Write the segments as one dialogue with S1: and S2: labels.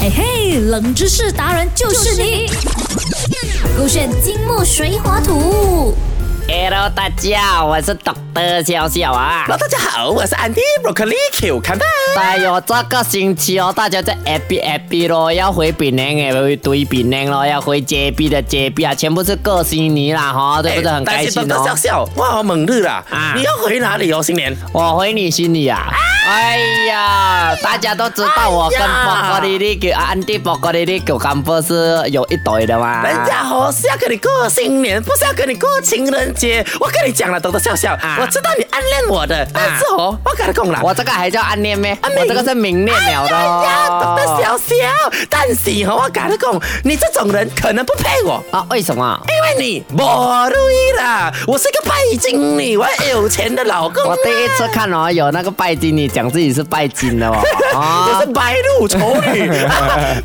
S1: 嘿哎嘿，冷知识达人就是你。勾选金木水火土。
S2: Hello，大家好，我是 Doctor 小小啊。
S3: 老大家好，我是 Andy Broccoli Q 看吧。
S2: 哎呦，这个星期哦，大家在 happy happy 咯，要回槟城诶，对槟城咯，要回 JB 的 JB 啊，全部是个悉尼啦哈，对不对？很
S3: 哎但
S2: 开
S3: 是
S2: 心
S3: 等
S2: 哦
S3: 等。笑笑，哇，好猛日啦！
S2: 啊
S3: 你要回哪里哦？新年？
S2: 我回你心里啊！哎呀，大家都知道我跟
S3: 哎呀
S2: Broccoli 给 Andy Broccoli 给 Campbell 是有一腿的嘛。
S3: 人家哦是要跟你过新年，不是要跟你过情人节。我跟你讲了，等等笑笑，
S2: 啊
S3: 我知道你暗恋我的，但是哦，我跟你讲了，
S2: 我这个还叫暗恋咩？
S3: 暗恋
S2: 我这个是明恋了的哦。
S3: 哎呀，懂得笑笑，但是哦，我跟你讲，你这种人可能不配我。
S2: 啊？为什么？
S3: 因为你不对啦，我是个拜金女，我有钱的老公啊，
S2: 我第一次看哦，有那个拜金，你讲自己是拜金 的哦。
S3: 我
S2: 啊
S3: 是，白鹿丑女、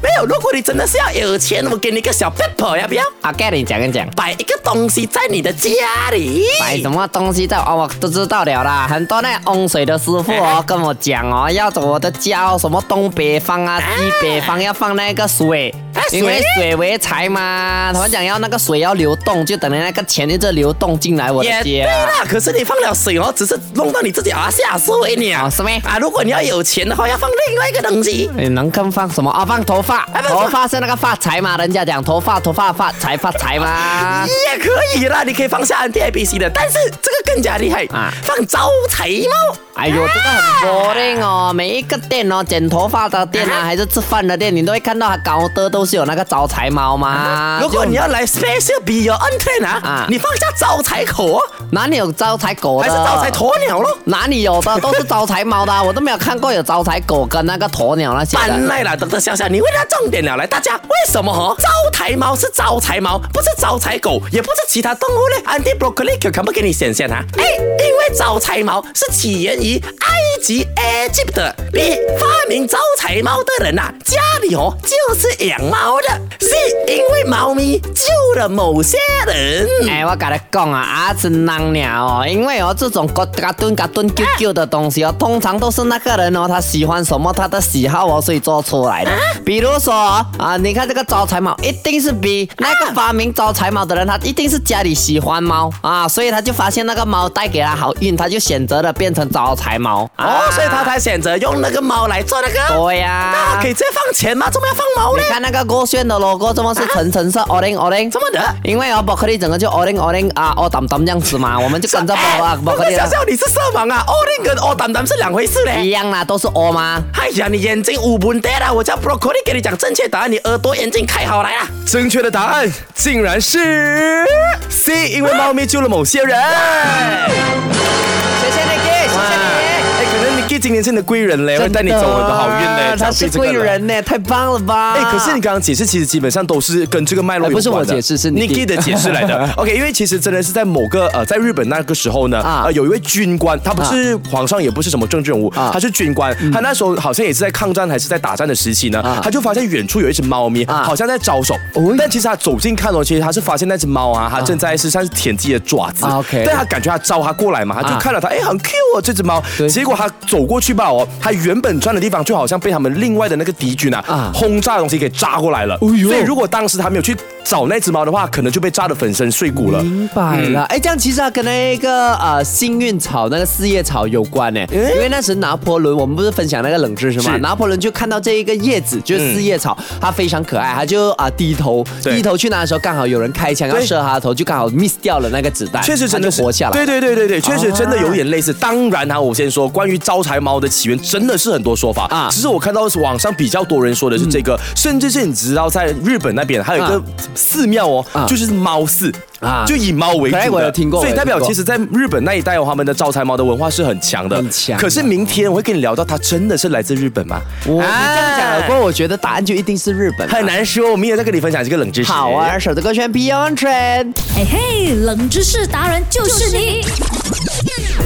S3: 没有，如果你真的是要有钱，我给你个小 paper 要不要？
S2: 阿盖，啊你讲一讲，
S3: 摆一个东西在你的家里，
S2: 摆什么东西在哦，我都知道了啦。很多那翁水的师傅 哦，跟我讲哦，要走我的家哦，什么东北方啊、西北方要放那个水
S3: 啊，水
S2: 因为水为财嘛。他们讲要那个水要流动，就等于那个钱一直流动进来我的
S3: 也对
S2: 家。
S3: 啦。可是你放了水哦，只是弄到你自己啊吓死我你啊
S2: 哦，！是咩？
S3: 啊，如果你要有钱的话，要放另外一个东西。
S2: 你能更放什么啊？放头发，
S3: 放
S2: 头发是那个发财嘛？人家讲头发，头发发财发财 嘛。
S3: 也可以啦，你可以放下 N T I B C 的，但是这个更加厉害
S2: 啊
S3: 放招财猫。
S2: 哎呦，这个很 boring 哦，每一个店哦，剪头发的店啊，还是吃饭的店，你都会看到它高的都是有那个招财猫嘛。
S3: 如果
S2: 就
S3: 你要来 special be your own train
S2: 啊
S3: 啊，你放下招财口哦，
S2: 哪里有招财狗
S3: 还
S2: 的？
S3: 是招财？鸵鸟咯？
S2: 哪里有的都是招财猫的啊，我都没有看过有招财狗跟那个鸵鸟那些
S3: 搬
S2: 的。
S3: 来了，等等笑笑，你问到重点了，来大家，为什么哦？招财猫是招财猫，不是招财狗，也不是其他动物嘞。Andy Broccoli 可不可以给你显现啊？哎，因为招财猫是起源于埃及 Egypt 的，B 发明招财猫的人呐、家里哦就是养猫的，C 因为猫咪救了某些人。
S2: 哎，我跟你讲啊，啊是囊鸟哦，因为哦这种嘎嘎顿嘎顿啾啾的东西哦，通常都是那个人哦他喜欢什么他的喜好哦，所以做出来
S3: 啊
S2: 的。比如说哦啊，你看这个招财猫，一定是比那个发明招财猫的人，他一定是家里喜欢猫啊，所以他就发现那个猫带给他好运，他就选择了变成招财猫。啊
S3: 哦，所以他才选择用那个猫来做那个。
S2: 对啊呀、
S3: 那可以直接放钱吗？怎么要放猫
S2: 你
S3: 嘞？
S2: 看那个郭炫的 logo，怎么是橙橙色
S3: 啊
S2: orange orange？
S3: 怎么的？
S2: 因为哦，宝克利整个就 orange orange 啊，哦当当这样子 嘛，我们就跟着宝啊
S3: 哎
S2: 宝克利
S3: 笑
S2: 了
S3: 笑，你是色盲啊？哦，令跟哦胆胆是两回事
S2: 一
S3: 嘞。
S2: 样啦，都是 O 吗？
S3: 哎呀，你眼睛无问题啦！我叫 Broccoli 给你讲正确答案，你耳朵眼睛开好来啦。啊
S4: 正确的答案竟然是 C，因为猫咪救了某些人。哎，
S2: 谢谢你，谢谢
S3: 哎
S4: 可能 Niki 今年是你的贵人嘞，会哎带你走很多好运嘞。
S2: 他
S4: 讲
S2: 是
S4: 这个
S2: 贵
S4: 嘞。
S2: 人呢，太棒了吧？
S4: 哎，可是你刚刚解释，其实基本上都是跟这个脉络有
S2: 啊哎不
S4: 关
S2: 是
S4: 的、
S2: 我解释是 Niki
S4: Niki 的解释来 的。OK，因为其实真的是在某个呃，在日本那个时候呢，
S2: 啊
S4: 呃，有一位军官，他不是皇上，也不是什么政治人物，
S2: 啊
S4: 他是军官，他那时候好像也是在抗战还是在打战的时期呢，
S2: 啊
S4: 他就发现远处有一只猫咪，
S2: 啊
S4: 好像在招手，但其实他走近看哦，其实他是发现那只猫啊，它正在是像是舔自己的爪子、
S2: 啊，OK
S4: 但他感觉他招他过来嘛，他就
S2: 啊
S4: 看了他，哎，很 Q 哦这只猫
S2: 对，
S4: 结果他走过去吧哦，他原本站的地方就好像被他们另外的那个敌军啊
S2: 啊
S4: 轰炸的东西给炸过来了。
S2: 哎呦
S4: 所以如果当时他没有去找那只猫的话，可能就被炸得粉身碎骨了。嗯
S5: 明白了，哎、这样其实它跟那个呃幸运草那个四叶草有关呢，因为那时拿破仑，我们不是分享那个冷知识吗？
S4: 是嗯
S5: 拿破仑就看到这一个叶子，就是四叶草，它非常可爱，他就啊、低头
S4: 对
S5: 低头去拿的时候，刚好有人开枪要
S4: 对
S5: 射他的头，就刚好 miss 掉了那个子弹，
S4: 确实真的
S5: 它就是活下来。啊
S4: 对对对对对，确实真的有点类似。当然哈、我先说关于招财猫的起源，真的是很多说法
S5: 啊嗯
S4: 啊。只是我看到网上比较多人说的是这个，甚至是你知道在日本那边还有一
S5: 啊
S4: 个寺庙哦，
S5: 啊
S4: 就是猫寺
S5: 啊
S4: 啊，就以猫为主
S5: 可
S4: 的。
S5: 能我有听过
S4: 所以代
S5: 我
S4: 表
S5: 有听过
S4: 其实在日本那一带哦，他们的招财猫的文化是很强的。
S5: 很强的
S4: 可是明天我会跟你聊到，它真的是来自日本吗？
S5: 我你这样讲了，
S4: 啊
S5: 不过我觉得答案就一定是日本吧。
S4: 很难说，我明天再跟你分享这个冷知识。
S5: 好啊，手的歌圈 Beyond Trend。
S1: 嘿哎嘿，冷知识达人就是你。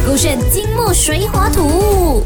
S1: 勾选金木水火土。